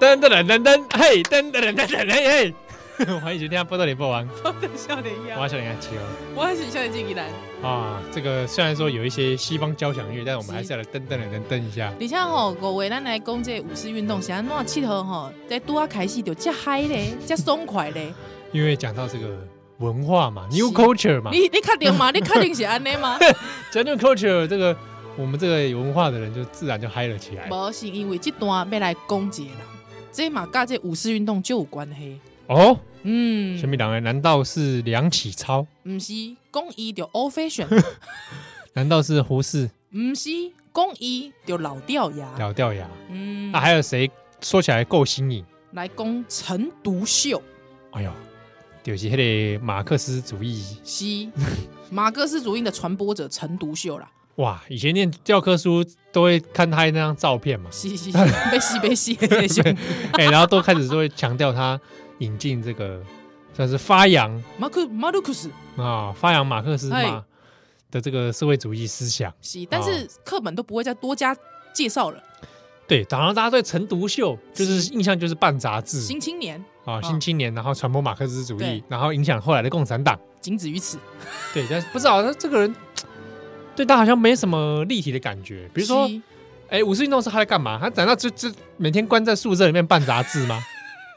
噔噔噔噔，嘿，噔噔噔噔噔，嘿 嘿。欢迎收听《波多连播王》， 我的笑脸一我样，是林安琪哦。我还是笑脸进一兰。啊，这个虽然说有一些西方交响乐，但我们还是要来噔噔噔噔噔一下。而且吼，各位，咱来讲这舞狮运动，是安怎佚佗吼？在拄啊开始就遮嗨咧，遮爽 快咧。因为讲到这个文化嘛是，New Culture 嘛，你你确定吗？你 确定是安 尼吗？讲 New Culture 这个，我们这个有文化的人就自然就嗨了起来。无是因为这段要来攻击人，这嘛甲这舞狮运动就有关系。哦，嗯什，么党人？难道是梁启超？毋是讲伊就 old fashion， 难道是胡适、毋是讲伊就老掉 牙。老掉牙？嗯啊那，还有谁说起来够新颖？来讲陈独秀哎呦，就是那个马克思主义 是马克思主义的传播者陈独秀啦。，哇！以前念教科书都会看他那张照片嘛 是是是，被吸被吸的这些哎、然后都开始都会强调他引进这个算是发扬马克马鲁克斯啊、发扬马克思哎嘛的这个社会主义思想。是，但啊是课本都不会再多加介绍了。嗯对，然后大家对陈独秀就是印象就是办杂志新青年啊，新青年，然后传播马克思主义对，然后影响后来的共产党。仅止于此。对，但是不知道他这个人对他好像没什么立体的感觉。比如说，是哎，五四运动是他在干嘛？他难道就就每天关在宿舍里面办杂志吗？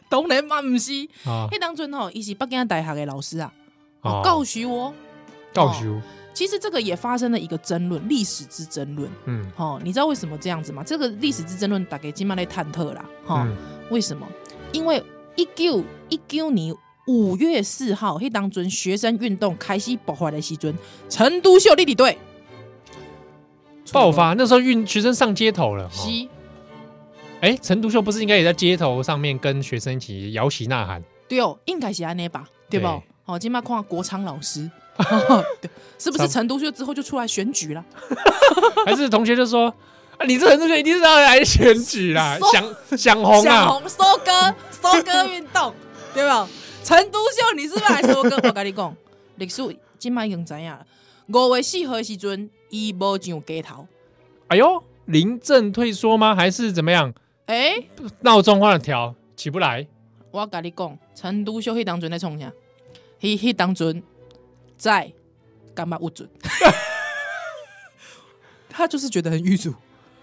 当然嘛，不是。啊，迄当阵吼，伊是北京大学的老师啊，哦告诉哎哦我，告诉，其实这个也发生了一个争论，历史之争论。嗯哦，你知道为什么这样子吗？这个历史之争论打给金曼来探特啦。哈、嗯，为什么？因为一九一九年五月四号，迄当阵学生运动开始爆发的时阵，成都秀立体队爆发那时候运学生上街头了。哦西哎，陈独秀不是应该也在街头上面跟学生一起摇旗呐喊？ 对哦，应该是安尼吧，对不对？哦，今麦看国昌 老师，对，是不是成都秀之后就出来选举了？还是同学就说啊，你这人这个一定是要来选举啦， 说想想红小啊，红收割收割运动， 对吧？陈独秀，你是不是来收割？我跟你讲，历史今麦已经知影了。五月四号的时阵，伊无上街头，哎呦，临阵退缩吗？还是怎么样？诶、闹钟忘了调，起不来。我跟你讲，陈独秀迄当阵在创啥？迄迄当阵在干嘛？不 准，他就是觉得很郁卒，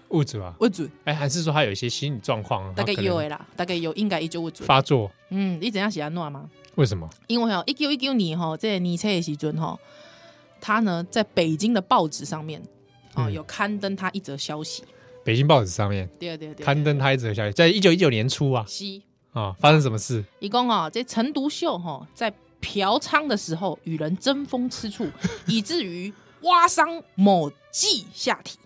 物质啊，不准，哎，还是说他有一些心理状况，大概他可有欸能诶啦，大概有，应该伊就不准。发作？嗯，你怎样写安怎吗？为什么？因为哦，一九一九年吼，这个年初的时阵吼，他呢在北京的报纸上面哦嗯有刊登他一则消息，北京报纸上面对啊对对，刊登他一则消息，在一九一九年初啊是，啊，发生什么事？一共哦，这陈独秀吼在嫖娼的时候与人争风 吃醋，以至于挖伤某妓下体。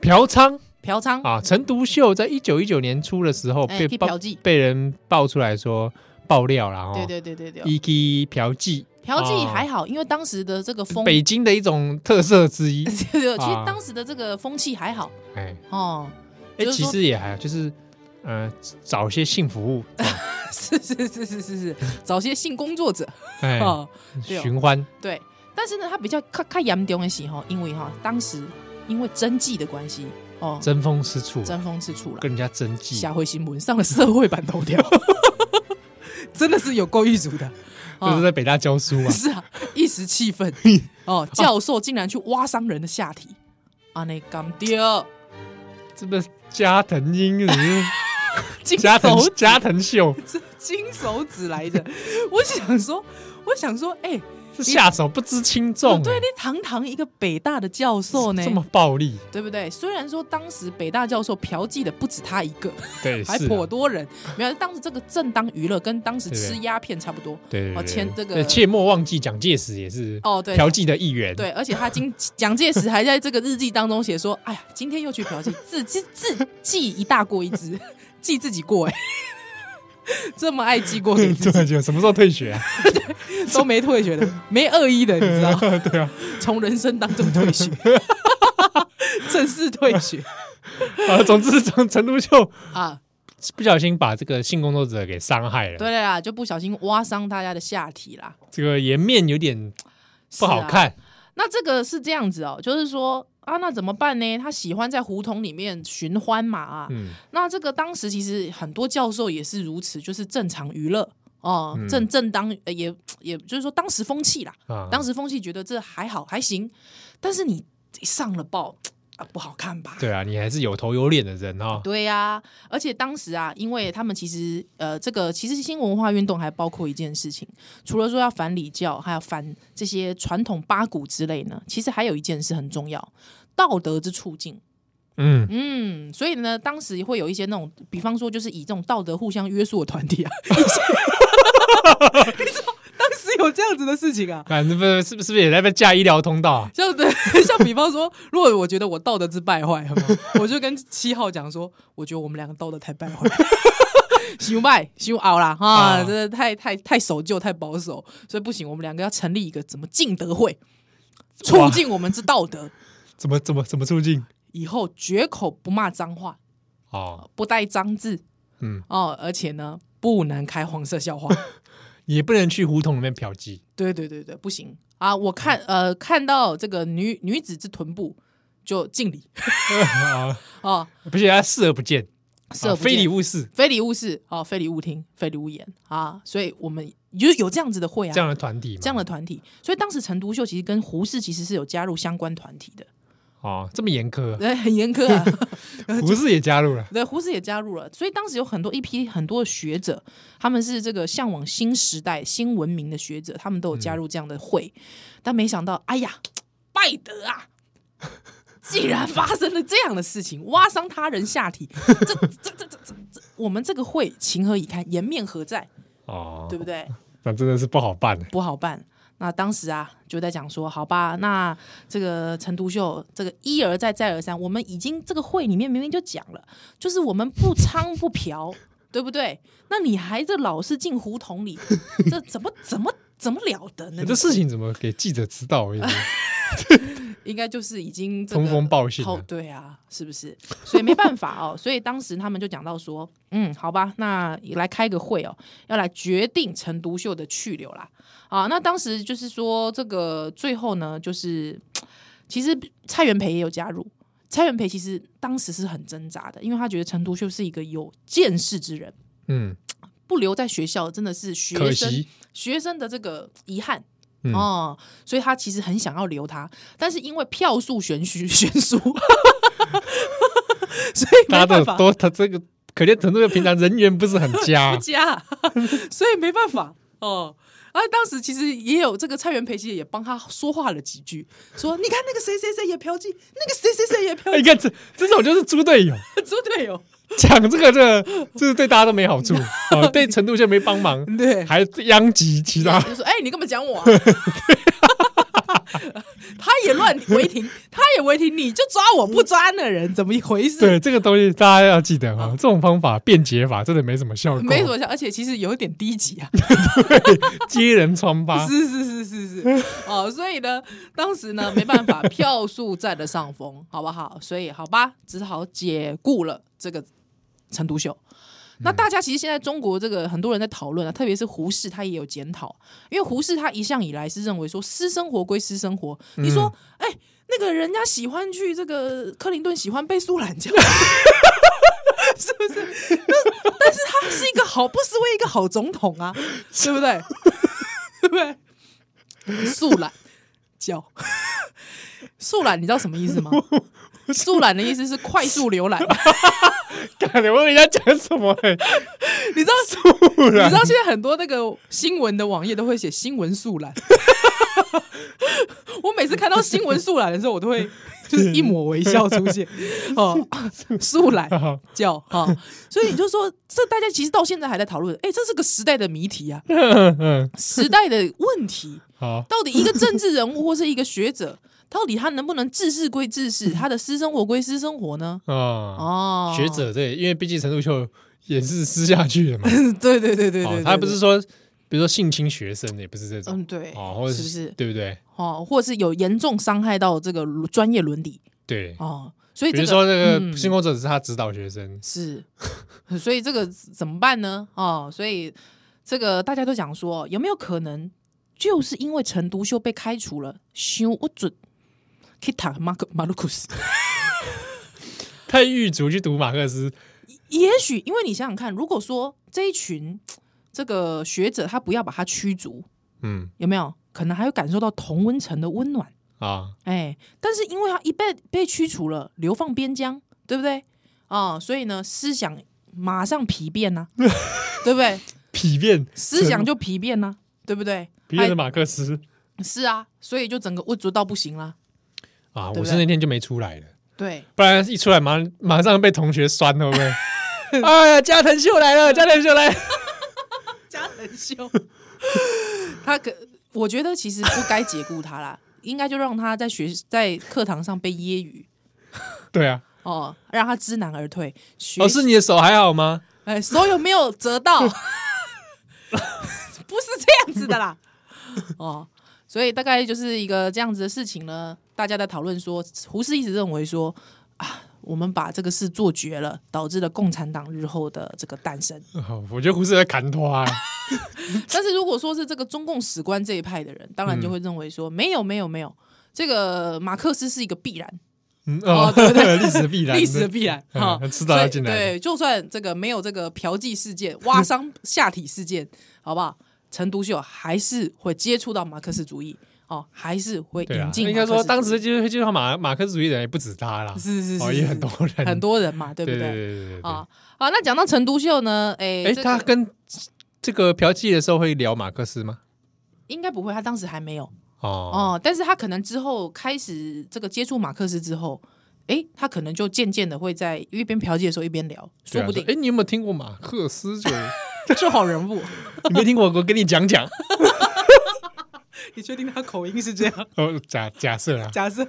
嫖娼嫖娼， 啊，陈独秀在一九一九年初的时候哎哦被去爆嫖妓被人爆出来说爆料了对哦，对对对对，一批嫖妓，嫖妓哦还好，因为当时的这个风，。北京的一种特色之一 对对，其实啊当时的这个风气还好哎哦。哎，就是其说实也还好就是呃找一些性服务， 是是是是是是，找些性工作者哎哦，对哦寻欢对，但是呢，他比较较较严重的时候，因为哈、当时因为征妓的关系，哦，争风吃醋，啊争风吃醋了，跟人家争计。下回新闻上了社会版头 条，真的是有够一组的，就是哦、，在北大教书嘛 是啊，一时气 愤，哦，教授竟然去挖伤人的下体，啊，那干掉，这不是加藤鹰，你 是金加藤手加藤秀 金手指来着，我想说，我想说，哎、这下手不知轻重、对哎你堂堂一个北大的教授呢这，么暴力，对不对？虽然说当时北大教授嫖妓的不止他一个。对，还是啊颇多人，没有当时这个正当娱乐跟当时对不吃对鸦片差不多。对对哦对，签这个对切莫忘记蒋介石也是哦，对，嫖妓的一员， 对，而且他今蒋介石还在这个日记当中写说：“哎呀，今天又去嫖妓，自自自记一大过一支， 记自己过哎、 这么爱记过给 自这己，就什么时候退学 啊？都没退学的，没恶意的，你知道？ 对啊，从人生当中退学， 正式退学啊，总之陈陈独秀啊！不小心把这个性工作者给伤害了，对了啦，就不小心挖伤大家的下体啦，这个颜面有点不是好啊看，那这个是这样子哦，就是说，啊，那怎么办呢？他喜欢在胡同里面寻欢嘛、啊。嗯，那这个当时其实很多教授也是如此，就是正常娱乐哦、嗯正正当呃也也就是说当时风气啦，啊，当时风气觉得这还好还行，但是你上了报啊不好看吧？对啊，你还是有头有脸的人哦哈、对呀、而且当时啊，因为他们其实呃，这个其实新文化运动还包括一件事情，除了说要反礼教，还有反这些传统八股之类呢，其实还有一件事很重要，道德之促进。嗯，嗯，所以呢，当时会有一些那种，比方说就是以这种道德互相约束的团体啊， 你知道当时有这样子的事情啊。看、这不是是不是也在被架医疗通道啊？像对， 像比方说，如果我觉得我道德之败坏，有没有我就跟七号讲说，我觉得我们两个道德太败 坏，修败修熬啦哈，啊真的太太太守旧、太保守，所以不行，我们两个要成立一个怎么敬德会，促哇进我们之道德，怎么怎么怎么促进？以后绝口不骂脏话，哦，不带脏字嗯，哦，而且呢，不能开黄色笑话。 也不能去胡同里面嫖妓对对对对，不行啊！我看呃，看到这个女女子之臀部就 敬礼啊，哦，不是他视而不见，射啊不非见礼勿视，非礼勿视啊，非礼勿听，非礼勿言啊，所以我们就有这样子的会啊，这样的团体嘛，这样的团体，所以当时陈独秀其实跟胡适其实是有加入相关团体的， 哦，这么严苛，对，很严苛啊，胡适也加入了，对，胡适也加入了，所以当时有很多一批很多的学者，他们是这个向往新时代、新文明的学者，他们都有加入这样的会，但没想到，哎呀，拜德啊！既然发生了这样的事情，挖伤他人下体，这这这这这这这，我们这个会情何以堪，颜面何在？哦，对不对？那真的是不好办不好办。那当时啊，就在讲说，好吧，那这个陈独秀，这个一而再再而三，我们已经这个会里面明明就讲了，就是我们不娼不嫖， 对不对？那你还这老是进胡同里，这怎么怎么怎么了得呢？ 哎这事情怎么给记者知道？我也 应该就是已经、这个、通风报信好，啊，对啊，是不是？所以没办法哦，所以当时他们就讲到说，嗯，好吧，那来开个会哦，要来决定陈独秀的去留啦。啊，那当时就是说，这个最后呢，就是其实蔡元培也有加入。蔡元培其实当时是很挣扎的，因为他觉得陈独秀是一个有见识之人，嗯，不留在学校真的是学可生惜，学生的这个遗憾。嗯哦，所以他其实很想要留他，但是因为票数悬殊 悬殊，所以大家都没办有啊法都他这个可见陈这个平常人缘不是很佳 不，加，所以没办法哦。啊，当时其实也有这个蔡元培，其实也帮他说话了几句，说你看那个谁谁谁也嫖妓，那个谁谁谁也嫖哎你 妓，哦看这这种就是猪队友。 猪 队友，讲这个，这个就是对大家都没好处 哦，对程度就没帮忙，对，还殃及其 他。就说：“哎、你干嘛讲我、啊？” 他也乱违停，他也违停，你就抓我不抓那人，怎么一回事？啊对这个东西，大家要记得啊，这种方法辩解法真的没什么效果，没什么效，而且其实有一点低级啊，揭人疮 疤。 是是是是是，哦，所以呢，当时呢没办法，票数占了上风，好不好？所以好吧，只好解雇了这个陈独秀。那大家其实现在中国这个很多人在讨论啊，特别是胡适他也有检讨，因为胡适他一向以来是认为说私生活归私生活，你说哎、那个人家喜欢去这个克林顿喜欢被苏懒觉， 是 不是？那但是他是一个好，不失为一个好总统啊，对不对？ 对不对？素懒叫素懒，你知道什么意思 吗？素懒的意思是快速浏 览，感觉我问人家讲什么、欸？你知道不你然 知道现在很多那个新闻的网页都会写新闻速览， 我每次看到新闻速览的时候，我都会就是一抹微笑出 现哦，速览啊叫哈、哦，所以你就说这大家其实到现在还在讨论，哎，这是个时代的谜题啊，嗯嗯，时代的问题，好，到底一个政治人物或是一个学者， 到底他能不能治世归 治世，他的私生活归私生活呢？啊、哦，学，者对，因为毕竟陈度秀也是私下去的嘛， 对对对对对哦对，他不对是说，比如说性侵学生，也不是这种嗯，对，哦，或者是不是对不对？哦，或是有严重伤害到这个伦专业伦理对，哦，所以比这如个说那嗯个性工作者是他指导学生，是， 所以这个怎么办呢？哦，所以这个大家都讲说，有没有可能就是因为陈独秀被开除了，修不准， Kita 马克马卢库斯。太狱卒去读马克思，也许因为你想想看，如果说这一群这个学者他不要把他驱逐，嗯有没有可能还会感受到同温层的温暖？啊，哎，但是因为他一被被驱除了，流放边疆，对不对？啊、所以呢，思想马上疲变呐、对不对？疲变思想就疲变呐、对不对？疲变的马克思还是啊，所以就整个污浊到不行啦。啊，我对不对是那天就没出来了，对，不然一出来马马上被同学酸，会不 会？哎呀，加藤秀来了，加藤秀来了，加藤秀， 他可我觉得其实不该解雇他啦，应该就让他在学在课堂上被揶揄对啊，哦，让他知难而退。学老师哦你的手还好吗？哎，手有没有折到？不是这样子的啦。哦，所以大概就是一个这样子的事情呢，大家在讨论说，胡适一直认为说啊，我们把这个事做绝了，导致了共产党日后的这个诞生。哦我觉得胡适在砍他、哎但是如果说是这个中共史官这一派的人，当然就会认为说，没有没有没有，这个马克思是一个必然，嗯哦对不对历史必然，历史的必然嗯哈，迟早要进来的所以对，就算这个没有这个嫖妓事件、挖伤下体事件，好不好？陈独秀还是会接触到马克思主义哦，还是会对啊引，进马克思主义。应该说当时就是就是马马克思主义的人也不止他啦，是是是哦，是也很多人，很多人嘛，对不对对？对对对对。啊好，那讲到陈独秀呢，哎，哎，这个他跟这个嫖妓的时候会聊马克思吗？应该不会，他当时还没有哦，哦，但是他可能之后开始这个接触马克思之后。哎，他可能就渐渐的会在一边嫖妓的时候一边聊，说不定哎，诶你有没有听过马克思主义？是好人物。你 没听过，我跟你讲讲。 你确定他口音是这样？哦，假假设啊，假设，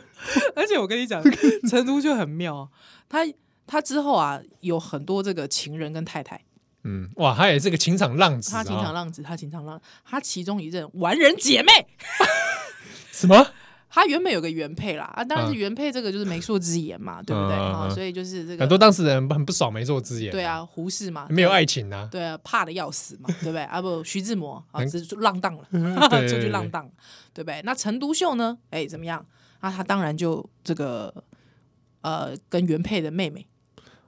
而且我跟你讲，成都就很妙哦，他他之后啊，有很多这个情人跟太太，嗯，哇，他也是个情场浪子啊，他情场浪子，他情场浪，他其中一任完人姐妹，什么？他原本有个原配啦，啊，当然是嗯原配这个就是媒妁之言嘛，对不对嗯嗯啊？嗯所以就是这很个，多当事人很不爽媒妁之言，对，啊，胡适嘛，没有对爱情 啊，对啊，怕的要死 嘛，对不对？啊不，徐志摩啊，嗯只是浪荡了，对对出去对浪荡了，对不对？那陈独秀呢？哎，怎么样？啊，他当然就这个呃，跟原配的妹妹，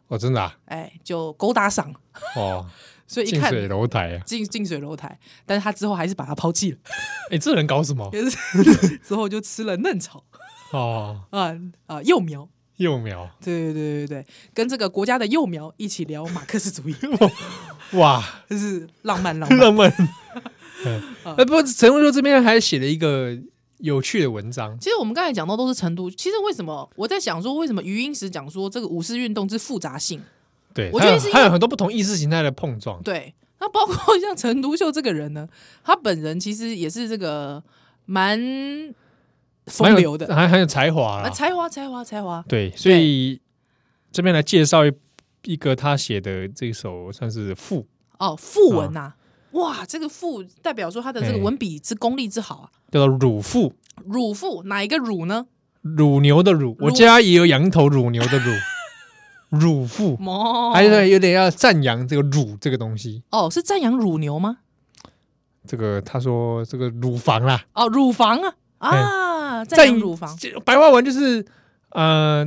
哦，真的啊，哎，就勾搭上了，哦，所以一近看水楼台啊，近近水楼台，但是他之后还是把他抛弃了， 哎，这人搞什么？也是之后就吃了嫩草哦，啊啊幼苗，幼苗，对对对对对，跟这个国家的幼苗一起聊马克思 主义，哇，真是浪漫 浪漫。哦浪漫。 嗯哎，不过陈文秀这边还写了一个有趣的文章，其实我们刚才讲到都是成都，其实为什么我在想说，为什么余英时讲说这个五四运动之复杂性？对，我觉得它有是因为它有很多不同意识形态的碰撞，对，那包括像陈独秀这个人呢，他本人其实也是这个蛮蛮风有流的，还很有才华啊，啦。才华才华才华，对，所以这边来介绍一一个他写的这首算是赋，哦，赋文呐、哇，这个赋代表说他的这个哎文笔之功力之好啊。叫做《乳赋》，乳赋哪一个乳呢？乳牛的乳，我家也有羊头乳牛的乳，乳赋，哦， 还有有点要赞扬这个乳这个东西。哦，是赞扬乳牛吗？这个他说这个乳房啦，哦，乳房啊啊，赞扬乳房，这白话文就是呃，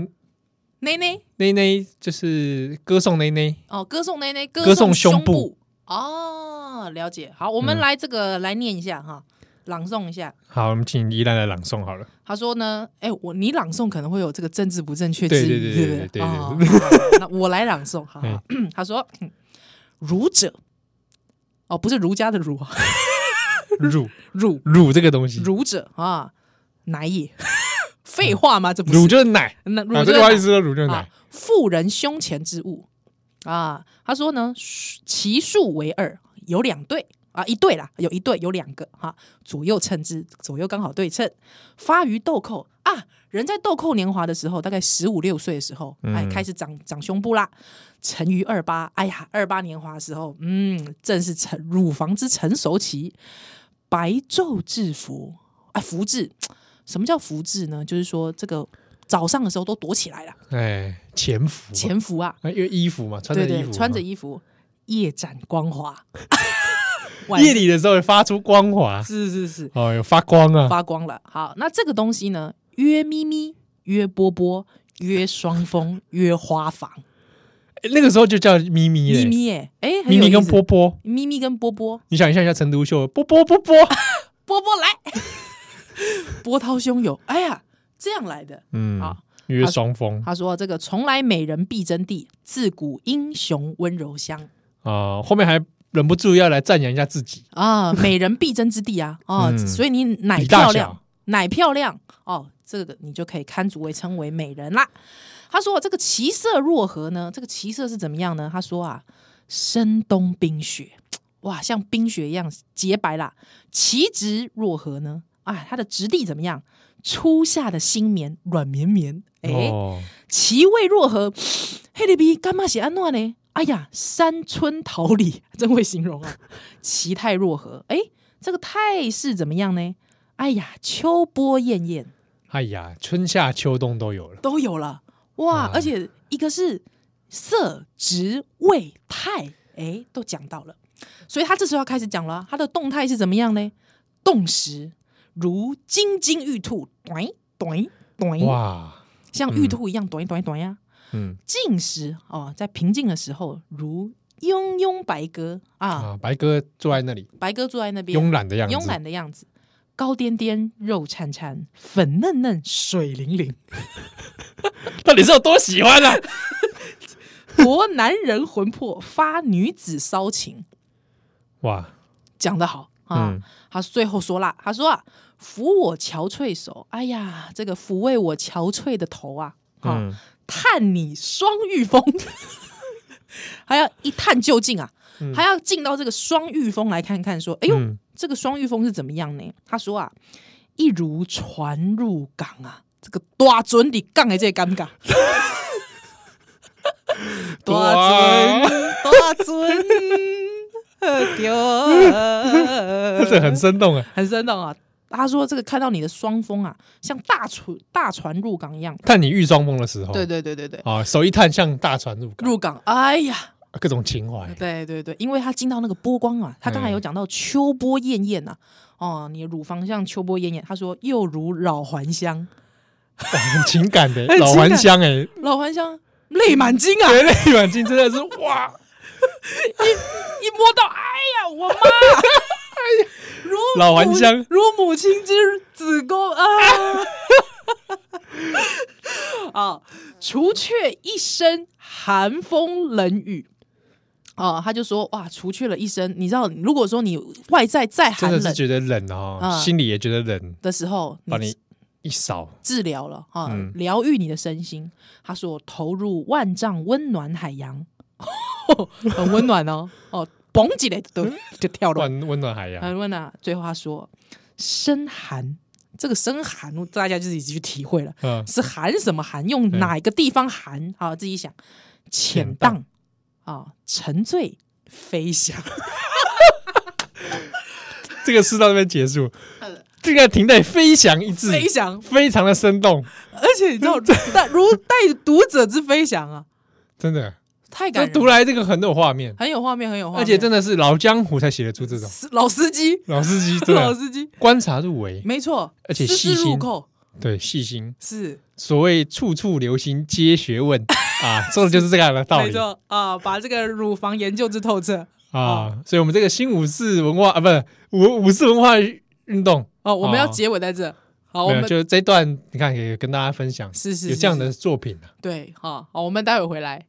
内内内内就是歌颂内内，哦，歌颂内内，歌歌颂胸胸部哦，了解。好，我们嗯来这个来念一下哈，朗诵一下。好，我们请宜兰来朗诵好了。他说呢，哎，我你朗诵可能会有这个政治不正确对之对余，对不对对对哦对好好好 那我来朗诵，好好嗯。他说， 儒者，哦，不是儒家的儒啊，乳儒乳这个东西，儒者啊，乃也。 废话吗？这不是乳就是奶，那嗯啊，这儒者句话意思说乳就是奶啊。，妇人胸前之物啊。他说呢，其数为二，有两对啊，一对啦，有一对，有两个哈、左右称之，左右刚好对称，发于豆蔻啊。人在豆蔻年华的时候，大概十五六岁的时候，哎，嗯开始长长胸部啦。成于二八，哎呀，二八年华的时候，嗯，正是成乳房之成熟期，白昼制服，啊，福至。什么叫福至呢？就是说这个早上的时候都躲起来了，哎，潜伏，潜伏啊，啊，因为衣服嘛，穿着对衣对服，，啊穿着衣服，夜展 光华，夜里的时候会发出光华，是是是哦，有发光啊，发光了。好，那这个东西呢，约咪咪约波波、约 双峰、约花房，诶哎那个时候就叫咪咪咪嘞，咪耶，哎，很咪有咪意跟思波波，咪咪跟波波，你想一下一下陈独秀，波波波 波，波 波来，波涛汹涌，哎呀，这样来的。嗯好，约双峰他说：“这个从来美人必争地，自古英雄温柔乡啊，后面还忍不住要来赞扬一下自己，啊，美人必争之地啊，哦，嗯所以你奶比大漂小亮，奶漂亮哦，这个你就可以堪足为称为美人啦。”他说：“这个骑射若何呢？这个骑射是怎么样呢？”他说：“啊，深冬冰雪，哇，像冰雪一样洁白啦。其质若何呢？啊，它的质地怎么样？初夏的新棉，软绵绵，哎、哦，其味若何？黑里比干嘛写安诺呢？哎呀，山村桃李， 真会形容啊！其态若何？哎，这个态是怎么样呢？哎呀，秋波艳艳哎呀，春夏秋冬都有了，都有了哇！啊而且一个是色、值、味、态，哎，都讲到了。所以他这时候要开始讲了啊，他的动态是怎么样呢？动时如金金玉兔，短短短，哇，像玉兔一样短短短呀。嗯静时哦，在平静的时候，如庸庸白鸽啊，啊，白哥坐在那里白鸽坐在那边慵懒的样子，慵懒的样子，高颠颠，肉颤颤，粉嫩嫩，水灵灵， 到底是有多喜欢 啊？博男人魂魄，发女子骚情，哇，讲得好啊！嗯，他最后说啦，他说啊，抚我憔悴手，哎呀，这个抚慰我憔悴的头啊，啊，嗯探你双玉峰， 还要一探究竟啊，嗯还要进到这个双玉峰来看看，说，哎呦，嗯 这个双玉峰是怎么样呢？他说啊，一如船入港啊，这个大准你港的这 个尴尬，大准大准，呃对啊， 这很生动啊，很生动啊。他说这个看到你的双峰啊，像大船大船入港一样。看你遇双峰的时候，对对对对对，啊，手一探向大船入港，入港，哎呀，各种情怀，对对对，因为它进到那个波光嗯啊，他刚才有讲到秋波艳艳呐、哦，你的乳房像秋波艳艳，他说又如老还乡，哇很情感的 很情感老还乡哎，老还乡泪满襟啊，对，泪满襟真的是哇，一摸到，哎呀，我妈，哎呀，如老还乡母如母亲之子宫啊。 啊，除却一身寒风冷雨。啊，他就说哇，除却了一身，你知道，如果说你外在再真寒的冷是觉得冷啊，嗯心里也觉得冷，的时候，把你一扫，治疗了啊嗯，疗愈你的身心。他说投入万丈温暖海 洋，很温暖哦哦，嘣起来就就跳了，暖温暖海洋，很温暖。最后他说深寒，这个深寒大家就自己去体会了，嗯，是寒什么寒，用嗯哪个地方寒啊？自己想，浅浅荡荡啊，沉醉飞翔。这个诗到这边结束，这个停在飞翔一字，飞翔，非常的生动，而且你 知道，带如带读者之飞翔啊，真的，太这感人读了，来这个很有画面，很有画面，很有画面，而且真的是老江湖才写得出这种，是老司机，老司机真老的司机，观察入微，没错，啊而且丝细丝心入扣，对细心，是所谓处处留心皆学 问啊，说的就是这个样的道没理错啊，把这个乳房研究之透彻哦啊。所以，我们这个新武士文化啊，不是武武士文化运动，哦，我们要哦结尾在这，好，我没有，们就这一段，你看也跟大家分享，是是有是这样是的作品啊对，好，好，我们待会回来。